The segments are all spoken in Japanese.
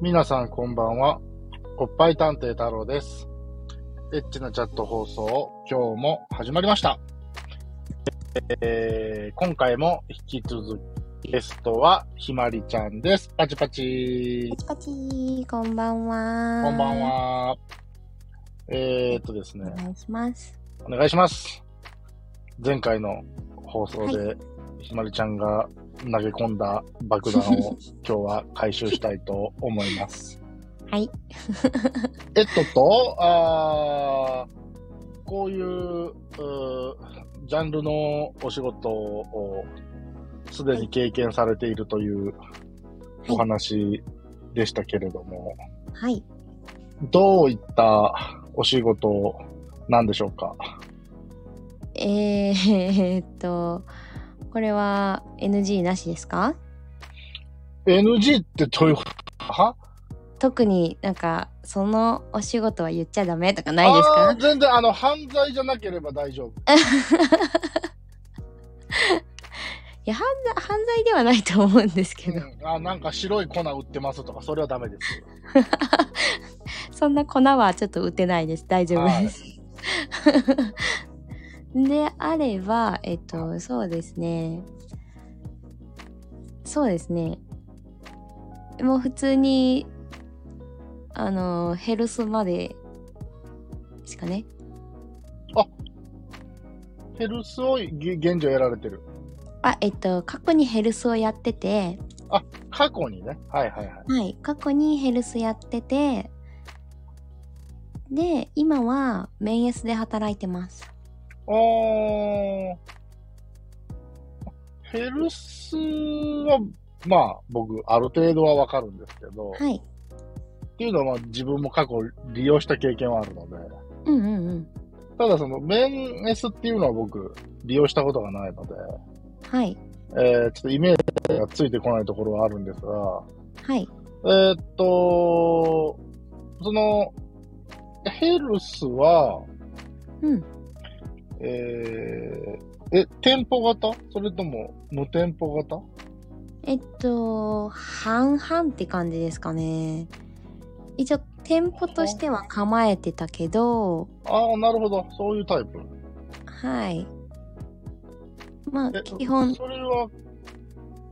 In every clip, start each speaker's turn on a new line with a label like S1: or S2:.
S1: 皆さんこんばんは。おっぱい探偵太郎です。エッチなチャット放送、今日も始まりました。えー今回も引き続きゲストはひまりちゃんです。パチパチ
S2: パ。チパチこんばんは。
S1: こんばん。は。えー、っとです
S2: お
S1: ね、
S2: 願いします。
S1: お願いします。前回の放送で、
S2: は
S1: ひまりちゃんが投げ込んだ爆弾を今日は回収したいと思います。
S2: はい。
S1: えっとと、あーこういううージャンルのお仕事をすでに経験されているという
S2: い
S1: お話でしたけれども、
S2: はい。
S1: どういったお仕事なんでしょうか
S2: えー、えーっと、これは NG なしですか
S1: ?NG ってどういうことは
S2: 特になんか、そのお仕事は言っちゃダメとかないです
S1: あ
S2: か
S1: ー全然、あの、犯罪じゃなければ大丈夫。
S2: いや犯罪、犯罪ではないと思うんですけど、
S1: うんあなんか白い粉売ってますとか、それはダメです。
S2: そんな粉はちょっと打てないです。大丈夫です。 であれば、えっと、そうですね。そうですね。もう普通に、あの、ヘルスまでですかね。
S1: ヘルスをげ現状やられてる。
S2: あ、えっと、過去にヘルスをやってて、
S1: 過去にね。はいはいはい。
S2: はい、過去にヘルスやってて、で、今は、免疫で働いてます。
S1: おーヘルスは、まあ、僕、ある程度はわかるんですけど、
S2: はい。
S1: っていうのは自分も過去利用した経験はあるので、
S2: うんうんうん。
S1: ただその、メンエスっていうのは僕、利用したことがないので、
S2: はい。
S1: えーちょっとイメージがついてこないところはあるんですが、
S2: はい。
S1: えーっと、その、ヘルスは、
S2: うん。
S1: えーえ、店舗型それとも無店舗型
S2: えっと、半々って感じですかね。一応、店舗としては構えてたけど、
S1: ああ、なるほど。そういうタイプ。
S2: はい。まあ、
S1: え
S2: 基本、
S1: それは、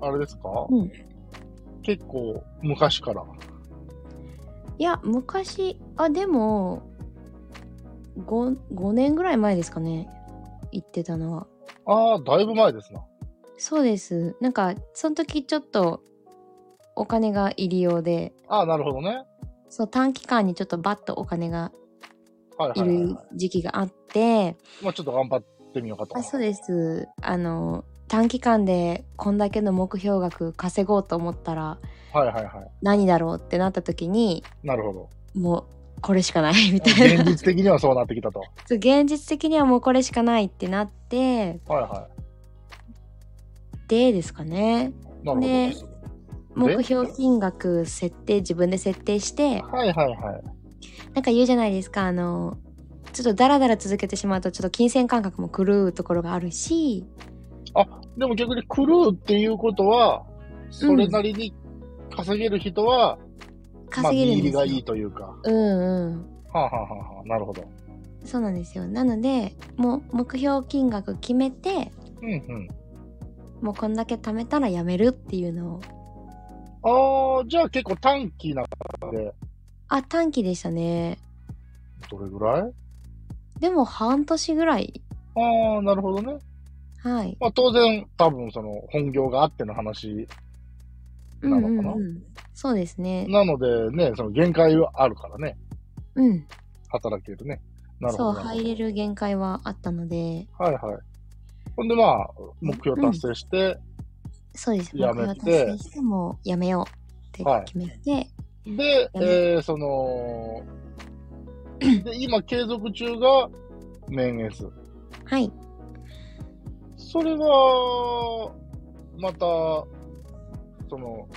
S1: あれですか、
S2: うん
S1: 結構昔から。
S2: いや、昔、あ、でも、5、5年ぐらい前ですかね。行ってたのは。
S1: ああ、だいぶ前ですな。
S2: そうです。なんか、その時ちょっと、お金が入りようで、
S1: ああ、なるほどね。
S2: そう、短期間にちょっとバッとお金が
S1: はいはいいはい、
S2: る
S1: はい。
S2: 時期があって、
S1: まあちょっと頑張ってみようかと。
S2: あそうですあの短期間でこんだけの目標額稼ごうと思ったら
S1: はいはいは
S2: 何だろうってなった時に
S1: い。なるほど。
S2: もうこれしかないみたい
S1: 現
S2: な
S1: 実的にはそうなってきたと。
S2: そう現実的にはもうこれしかないってなって
S1: はいは
S2: でですかね
S1: い。なるほど。
S2: ね目
S1: で
S2: 標金額設定自分で設定して
S1: はいはいはい。
S2: なんか言うじゃないですかあのちょっとダラダラ続けてしまうとちょっと金銭感覚も狂うところがあるし
S1: でも逆に狂うっていうことは、それなりに稼げる人は、まあ、
S2: 稼げ
S1: 見
S2: る
S1: 入り
S2: んですよ、
S1: がいいというか。は
S2: うんうん
S1: あ、はあはあはあ、なるほど。
S2: そうなんですよ。なので、もう目標金額決めて、
S1: うんうん。
S2: もうこんだけ貯めたらやめるっていうのを。
S1: ああ、じゃあ結構短期なので、
S2: あ、短期でしたね。
S1: どれぐらい
S2: でも半年ぐらい。
S1: ああ、なるほどね。
S2: はい。
S1: まあ当然、多分その本業があっての話なのかな
S2: うんうんうん、そうですね。
S1: なのでね、その限界はあるからね、
S2: うん。
S1: 働けるね。なるほど
S2: そう、
S1: なるほど。
S2: 入れる限界はあったので、
S1: はいはい。ほんでまあ、目標達成して、
S2: そうです。目
S1: やめ
S2: 標
S1: て
S2: 達成してもやめようって
S1: はい
S2: 決めて、
S1: で、
S2: うん
S1: えー、その、で、今継続中が、免疫。
S2: はい。
S1: それは、また、その、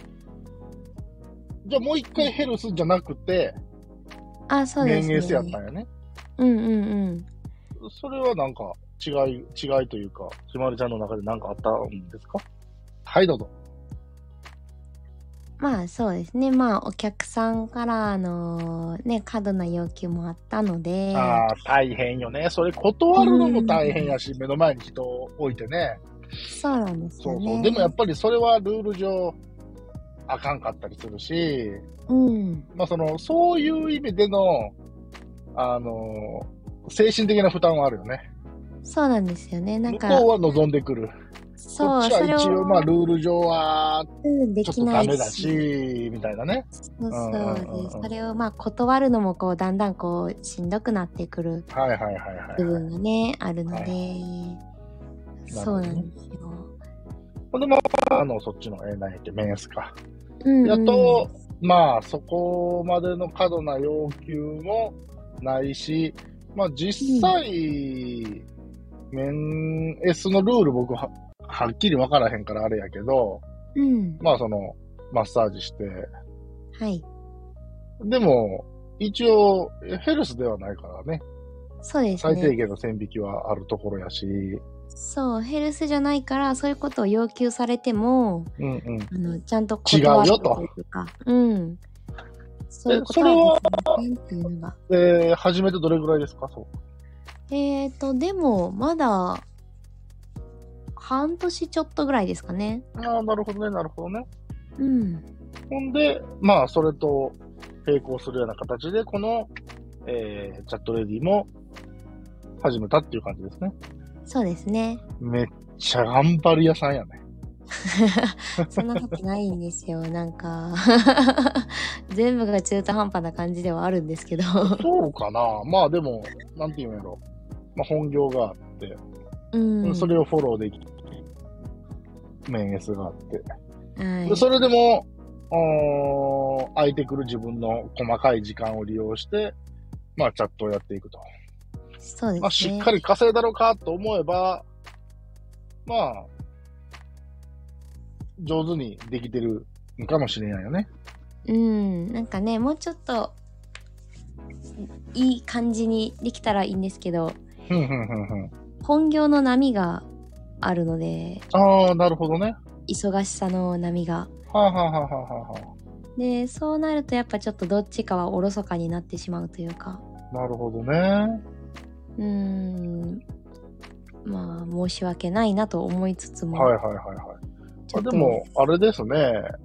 S1: じゃあもう一回ヘルスじゃなくて、
S2: あ、そうで
S1: 免
S2: す、
S1: 疫やった
S2: ね。
S1: んやね。
S2: うんうんうん。
S1: それはなんか、違い、違いというか、ひまりちゃんの中で何かあったんですかはい、どうぞ。
S2: まあそうですね。まあお客さんからのね、過度な要求もあったので、
S1: ああ、大変よね。それ断るのも大変やし、目の前に人を置いてね。
S2: そうなんです
S1: そ
S2: よ
S1: う
S2: ね。
S1: そう。でもやっぱりそれはルール上、あかんかったりするし、
S2: うん。
S1: まあその、そういう意味での、あの、精神的な負担はあるよね。
S2: そうなんですよね。なん
S1: 向
S2: か、
S1: こうは望んでくる。
S2: そ
S1: こ
S2: う、
S1: っちは
S2: それ
S1: 一応、まあ、
S2: を、
S1: ルール上は、
S2: うん、で
S1: ちょっ
S2: き
S1: と
S2: な
S1: ダ
S2: い
S1: メだし、みたいなね。
S2: そ
S1: う
S2: うそう
S1: んうん
S2: で
S1: うんうん
S2: それをまあ断るのもこうだんだんこうしんどくなってくる
S1: はいはいはい
S2: 部
S1: はい。
S2: 分がね、あるので、
S1: はいなる
S2: そ
S1: ほど
S2: う
S1: ね
S2: なんですよ。
S1: ほんで、まあ、あの、そっちの、えー、何やっけ、メンスか。
S2: うん、うん。
S1: やっと、まあ、そこまでの過度な要求もないし、まあ、実際、メン S のルール僕は、はっきりわからへんからあれやけど、
S2: うん。
S1: まあ、その、マッサージして、
S2: はい。
S1: でも、一応、ヘルスではないからね、
S2: そうです
S1: 最低
S2: ね。
S1: 限の線引きはあるところやし、
S2: そう、ヘルスじゃないから、そういうことを要求されても、
S1: うんうん。
S2: あのちゃんと
S1: 違うよと
S2: 断るいうか。うん。そういうこと
S1: それは
S2: できませんっていうのが。
S1: えー、始めてどれぐらいですかそう。
S2: えっ、ー、と、でも、まだ、半年ちょっとぐらいですかね。
S1: ああ、なるほどね、なるほどね。
S2: うん。
S1: ほんで、まあ、それと並行するような形で、この、えー、チャットレディも始めたっていう感じですね。
S2: そうですね。
S1: めっちゃ頑張る屋さんやね。
S2: そんな時ないんです よ。なんか、 全部が中途半端な感じではあるんで すけど。
S1: そうかなまあでも、なんていうんやろ。まあ、本業があって、
S2: うん。
S1: それをフォローできて、面 S があって。
S2: はい
S1: で。それでも、おー空いてくる自分の細かい時間を利用して、まあ、チャットをやっていくと。
S2: そう
S1: まあ、
S2: で
S1: し
S2: す
S1: っ
S2: ね。
S1: かり稼いだろうかと思えば、まあ、上手にできてるのかもしれないよね。
S2: うん。なんかね、もうちょっと、いい感じにできたらいいんですけど、
S1: ふんふんふんふん。
S2: 本業の波があるので、
S1: ああ、なるほどね。
S2: 忙しさの波が。
S1: はあ、はあはあはあは
S2: で、そうなるとやっぱちょっとどっちかはおろそかになってしまうというか、
S1: あ、なるほどね。
S2: うーん、まあ申し訳ないなと思いつつも、
S1: はいはいはいはい。
S2: ちょ
S1: あ
S2: っ
S1: で
S2: と
S1: も、あれですね。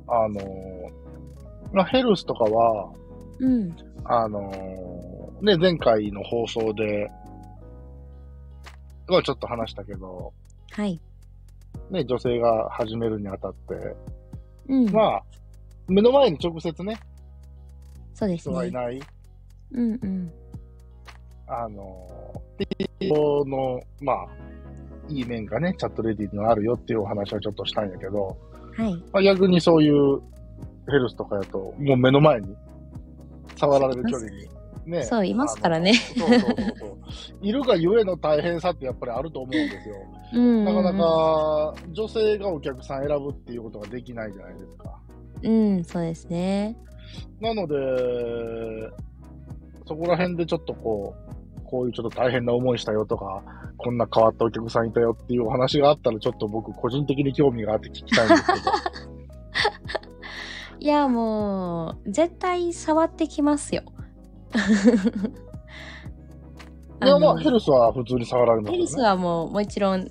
S1: あのーまあ、ヘルスとかは、
S2: うん、
S1: あのーね、前回の放送で、まあちょっと話したけど、
S2: はい、
S1: ね、女性が始めるにあたって、
S2: うん、
S1: まあ、目の前に直接ね、
S2: そうです
S1: 人がい
S2: ね。
S1: ない、
S2: うんうん、
S1: あのー、人の、まあ、いい面がね、チャットレディにはあるよっていうお話はちょっとしたんやけど、
S2: はい、
S1: まあ、逆にそういうヘルスとかやと、もう目の前に触られる距離に。ね、
S2: そういますからね
S1: あの。そうそうそうそう。いるがゆえの大変さってやっぱりあると思うんですよ。
S2: うん、
S1: なかなか女性がお客さん選ぶっていうことができないじゃないですか。
S2: うん、そうですね。
S1: なので、そこら辺でちょっとこう、こういうちょっと大変な思いしたよとか、こんな変わったお客さんいたよっていうお話があったら、ちょっと僕個人的に興味があって聞きたいんですけど。
S2: いや、もう、絶対触ってきますよ。
S1: いや、まあ、
S2: の
S1: ヘルスは普通に触られますよね。
S2: ヘルスはもうもちろん
S1: うんうんうん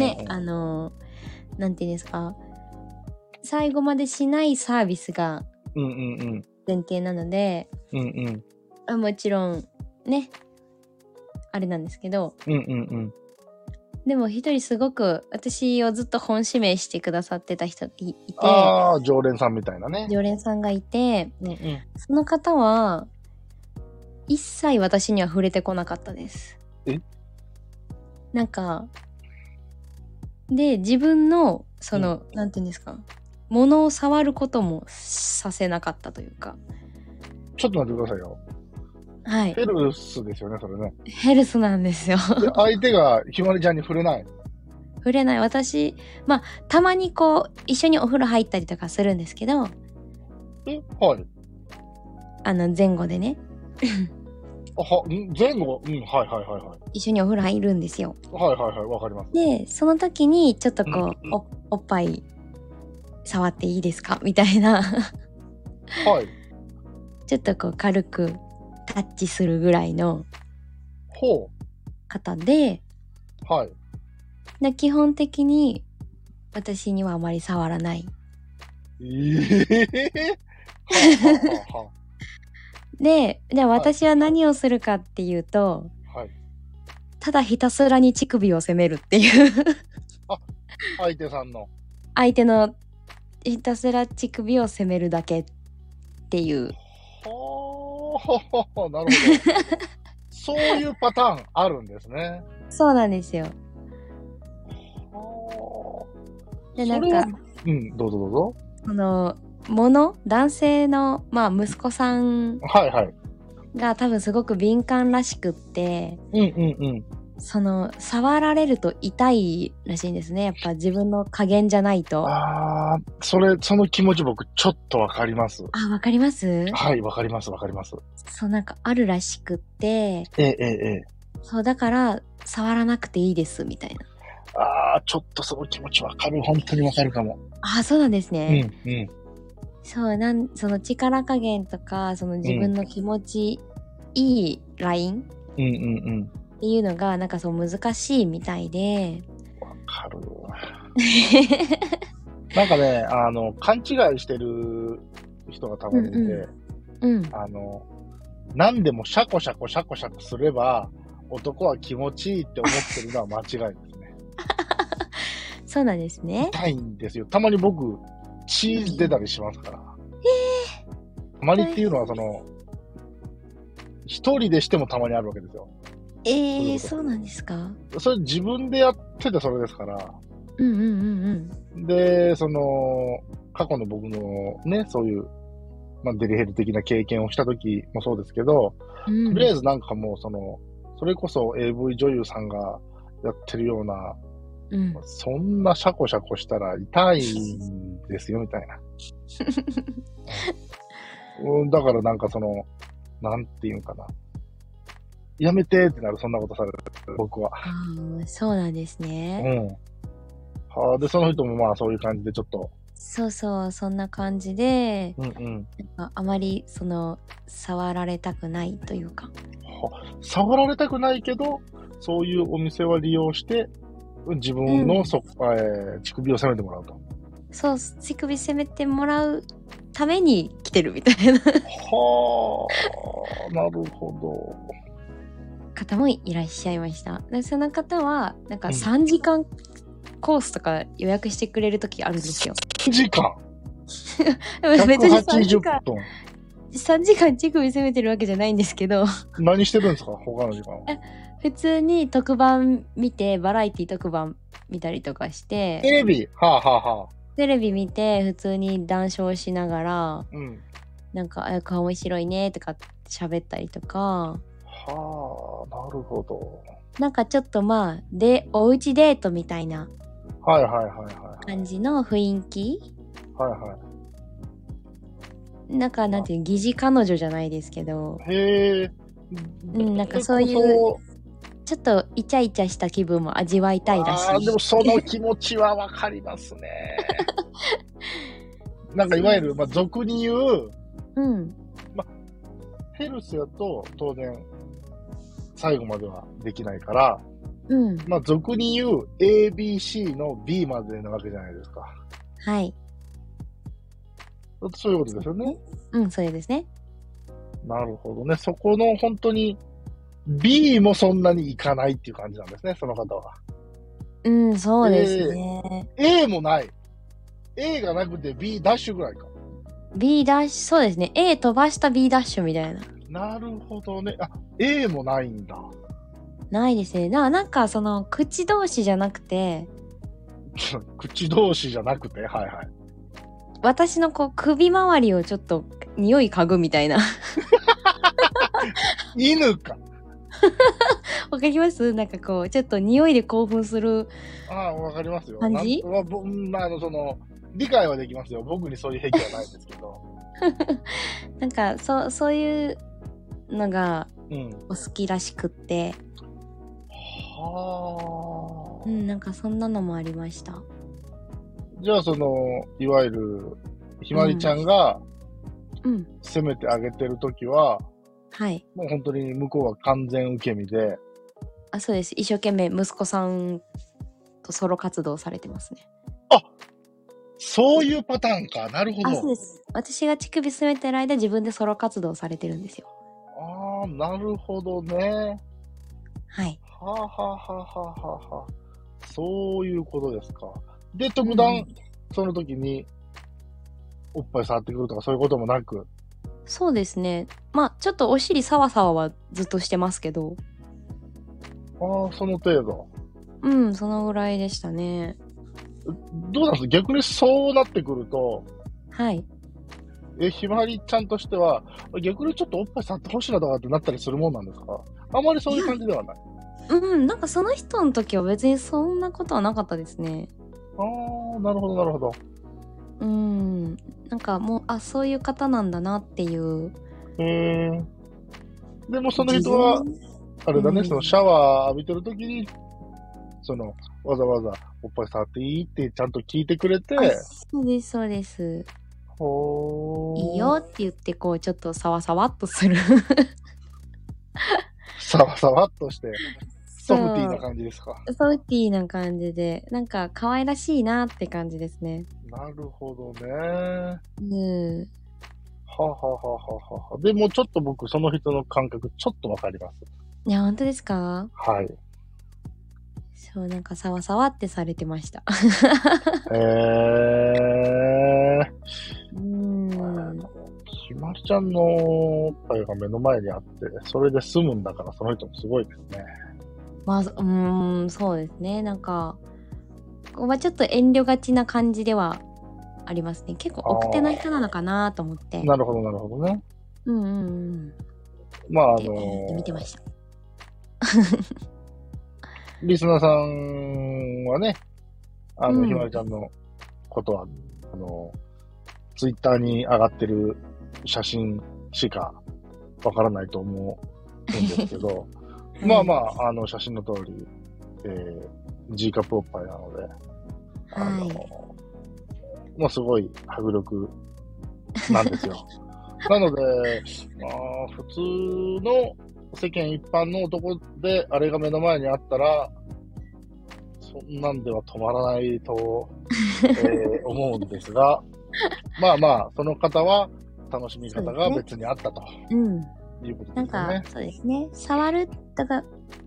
S2: ね、あのなんていうんですか最後までしないサービスが
S1: うんうんうん。
S2: 前提なので
S1: うんうん。
S2: あもちろんねあれなんですけど
S1: うんうんうん。
S2: でも一人すごく私をずっと本指名してくださってた人がいいて
S1: ああ、常連さんみたいなね。
S2: 常連さんがいて
S1: うんうん。
S2: その方は一切私には触れてこなかったです。
S1: え
S2: なんかで自分のその、なんていうんですか物を触ることもさせなかったというか
S1: ちょっと待ってくださいよ。
S2: はい
S1: ヘルスですよね、それね。
S2: ヘルスなんですよ
S1: で相手がひまりちゃんに触れない。
S2: 触れない私まあたまにこう一緒にお風呂入ったりとかするんですけど
S1: えはい。
S2: あの前後でね
S1: あは、ん前後うん、はいはいはいはい。
S2: 一緒にお風呂入るんですよ
S1: はいはいはい、わかります。
S2: でその時にちょっとこう、
S1: うん
S2: おおっぱい触っていいですかみ たいな
S1: はい。
S2: ちょっとこう軽くタッチするぐらいの
S1: ほ
S2: 方で
S1: う。はい。
S2: で基本的に私にはあまり触らない
S1: ええー。はあはあは
S2: でじゃあ
S1: はい
S2: 私は何をするかっていうと、
S1: あはい。
S2: ただひたすらに乳首を責めるっていう
S1: 相手さんの。
S2: 相手のひたすら乳首を責めるだけっていう
S1: はあ、なるほど。そういうパターンあるんですね。
S2: そうなんですよ
S1: は
S2: で
S1: そ
S2: な
S1: れ
S2: ん
S1: は
S2: か
S1: あうん、どうぞどうぞ。
S2: そのもの男性の、まあ、息子さん
S1: はいはい。
S2: が多分すごく敏感らしくって
S1: うんうんうん。
S2: その触られると痛いらしいんですねやっぱ自分の加減じゃないと
S1: あ
S2: あ
S1: あ、それ、その気持ち僕、ちょっとわかります。
S2: わかります
S1: はい、わかります、わかります。
S2: そうなんかあるらしくって
S1: えええええ
S2: そうだから触らなくていいですみたいな
S1: え。ああ、ちょっとその気持ちわかる。本当にわかるかも。
S2: あそうなんです
S1: う
S2: ね、
S1: んうん。
S2: そうなんその力加減とかその自分の気持ちいいラインっ
S1: うんうんうん。
S2: ていうのがなんかそう難しいみたい で
S1: わかる。なんかね、あの、勘違いしてる人がたまにいて、
S2: うんううん
S1: あの、何でもシャコシャコシャコシャコすれば、男は気持ちいいって思ってるのは間違いですね。
S2: そうなんですね。
S1: 痛いんですよ。たまに僕、チーズ出たりしますから。たまにっていうのは、その、一人でしてもたまにあるわけですよ。
S2: え
S1: ー
S2: ー、そうなんですか。
S1: それ自分でやっててそれですから。
S2: うんうんうんうん。
S1: で、その、過去の僕のね、そういう、まあ、デリヘル的な経験をした時もそうですけど、
S2: うん、
S1: とりあえずなんかもうその、それこそ AV 女優さんがやってるような、
S2: うん、
S1: そんなシャコシャコしたら痛いんですよ、みたい な。うん、だからなんかその、なんていうんかな。やめてってなる、そんなことされる、僕は。
S2: あーそうなんです
S1: う
S2: ね。
S1: ん。はあ、で、その人もまあそういう感じでちょっと、
S2: そうそう、そんな感じで、
S1: うんうん。
S2: ああまりその触られたくないというか。
S1: 触られたくないけど、そういうお店は利用して、自分のそ、えー乳首を責めてもらうと。
S2: そう、乳首攻めてもらうために来てるみたいな
S1: はあ、なるほ
S2: 方もいらっしゃいました。でその方は、なんか
S1: うん
S2: 3時間コースとか予約してくれる時あるんですよ。
S1: ど。時間
S2: でも別に3時
S1: ?180
S2: 間、
S1: 分。
S2: 3時間乳首攻めてるわけじゃないんですけど。
S1: 何してるんですか他の時間は。
S2: 普通に特番見てバラエティ特番見たりとかし
S1: テ
S2: て
S1: レビはあ、はあはあ、
S2: テレビ見て普通に談笑しながら
S1: うん。
S2: なんかあ「顔面白いね」とかって喋ったりとか
S1: はあ、なるほど。
S2: なんかちょっとまあでおうちデートみたいな
S1: はいはいはいは
S2: 感じの雰囲気
S1: い。はいは
S2: なんかなんていう疑似彼女じゃないですけど
S1: い。へえ。
S2: んなんかそういうちょっとイチャイチャした気分も味わいたいらし
S1: あーでも
S2: い。
S1: その気持ちはわかりますね。なんかいわゆる、まあ、俗に言う、
S2: うん、
S1: ヘルスやと当然、最後まではできないから、
S2: うん、
S1: まあ、俗に言う ABC の B までなわけじゃないですか。
S2: はい、
S1: そういうことですよね。
S2: うん、それですね。
S1: なるほどね。そこの本当に B もそんなにいかないっていう感じなんですね、その方は。
S2: うん、そうですね。
S1: A もない。A がなくて B ダッシュぐらいか。
S2: B ダッシュ、そうですね。A 飛ばした B ダッシュみたいな。
S1: なるほどね。あ、A もないんだ。
S2: ないですね。ななんかその口同士じゃなくて、
S1: 口同士じゃなくて、はいはい。
S2: 私のこう首周りをちょっと匂い嗅ぐみたいな。
S1: 犬か。
S2: わかりますなんかこう、ちょっと匂いで興奮する。
S1: ああ、わかりますよ。
S2: 感じ
S1: なんまあぼうんまあ、あの、その、理解はできますよ。僕にそういう癖はないですけど。
S2: なんかそう、そういうのが
S1: うん。
S2: お好きらしくって、
S1: は
S2: うん、なんかそんなのもありました。
S1: あ。じゃあ、その、いわゆる、ひまりちゃんが
S2: うん。
S1: 攻めてあげてるときは、
S2: はい。
S1: もう本当に向こうは完全受け身で、
S2: あ、そうです。一生懸命息子さんとソロ活動されてますね。
S1: そういうパターンか。なるほど。
S2: あ、そうです。私が乳首詰めてる間、自分でソロ活動されてるんですよ。
S1: あーなるほどね。
S2: はい。
S1: はあ、はあはあはあはあはあ、そういうことですか。で、特段、
S2: うん
S1: その時に、おっぱい触ってくるとかそういうこともなく。
S2: そうですね。まあ、ちょっとお尻サワサワはずっとしてますけど、
S1: ああ、その程度。
S2: うん、そのぐらいでしたね。
S1: どうなんですか逆にそうなってくると、
S2: はい。
S1: え、ひまわりちゃんとしては、逆にちょっとおっぱい触ってほしいなとかってなったりするもんなんですかあまりそういう感じではない。
S2: うん、なんかその人の時は別にそんなことはなかったですね。
S1: ああ、なるほど、なるほど。
S2: うん。なんかもう、あ、そういう方なんだなっていう。
S1: へえ。でもその人は、
S2: 自分
S1: あれだね、
S2: うん
S1: そのシャワー浴びてる時に、その、わざわざおっぱい触っていいってちゃんと聞いてくれて、
S2: あそうです、そうです。
S1: ほー
S2: いいよって言って、こう、ちょっとサワサワっとする。
S1: さわさわっとして、ソ
S2: ソ
S1: フティーな感じですか。
S2: ソフティーな感じで、なんか可愛らしいなって感じですね。
S1: なるほどね。は
S2: うん。
S1: あ、はあはあはあはあ、でもちょっと僕、その人の感覚、ちょっとわかります。
S2: いや、本当ですか
S1: はい。
S2: そう、なんかサワサワってされて ました。
S1: えー。
S2: うん。
S1: ひまりちゃんのおっぱいが目の前にあって、それで済むんだから、その人もすごいですね。
S2: まあ、そうん、そうですね。なんか、ここはちょっと遠慮がちな感じではありますね。結構奥手な人なのかなと思って。
S1: なるほど、なるほどね。
S2: うんうんうん。
S1: まあ、あ
S2: って
S1: の
S2: 思って見てました。
S1: リスナーさんはね、あの、
S2: うん
S1: ひまりちゃんのことは、あの、ツイッターに上がってる写真しかわからないと思うんですけど、まあまあ、あの、写真の通り、えー、G カップおっぱいなので、あの、
S2: はい
S1: もうすごい迫力なんです よ。なので、まあ、普通の世間一般の男で、あれが目の前にあったら、そんなんでは止まらない と、えー思うんですが、まあまあ、その方は、楽しみ方が別にあったと
S2: うん。
S1: いうことで
S2: なん
S1: すよ
S2: か、
S1: ね。
S2: そうですね触るだから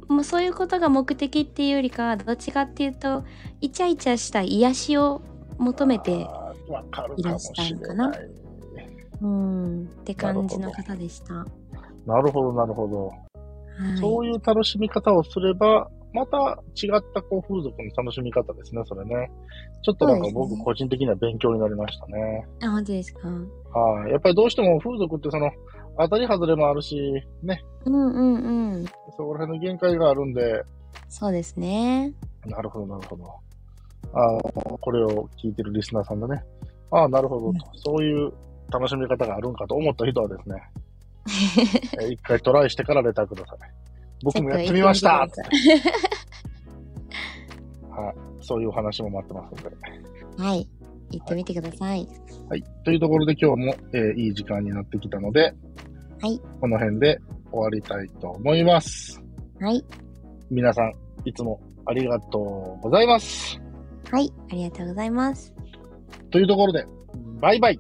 S2: もうそういうことが目的っていうよりかはどっちかっていうとイチャイチャした癒しを求めて
S1: あー、わかるかもしれ
S2: いらっしゃる
S1: な
S2: の
S1: い。
S2: うんって感じの方でしたは
S1: なるほど、なるほど。そう
S2: い
S1: いう楽しみ方をすれば、また違ったこう風俗の楽しみ方ですね、それね。ちょっとなんか
S2: そうです
S1: 僕
S2: ね
S1: 個人的には勉強になりましたね。
S2: あ本当ですかうん
S1: はい。やっぱりどうしても風俗ってその、当たり外れもあるし、ね、
S2: うんうん
S1: そこら辺の限界があるんで、
S2: そうですね
S1: なるほど、なるほど。あの、これを聞いてるリスナーさんがね、ああ、なるほどと、そういう楽しみ方があるんかと思った人はです ね、えー一回トライしてからレターください。僕もやってみました
S2: ちょっと
S1: はい。そういうお話も待ってますので。
S2: はい行ってみてください
S1: はい。というところで今日も、えーいい時間になってきたので、
S2: はい。
S1: この辺で終わりたいと思います。
S2: はい
S1: 皆さん、いつもありがとうございます。
S2: はいありがとうございます
S1: というところで、バイバイ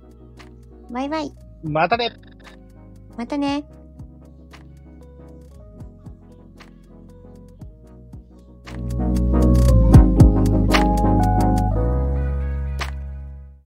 S2: バイバイ
S1: またね
S2: またね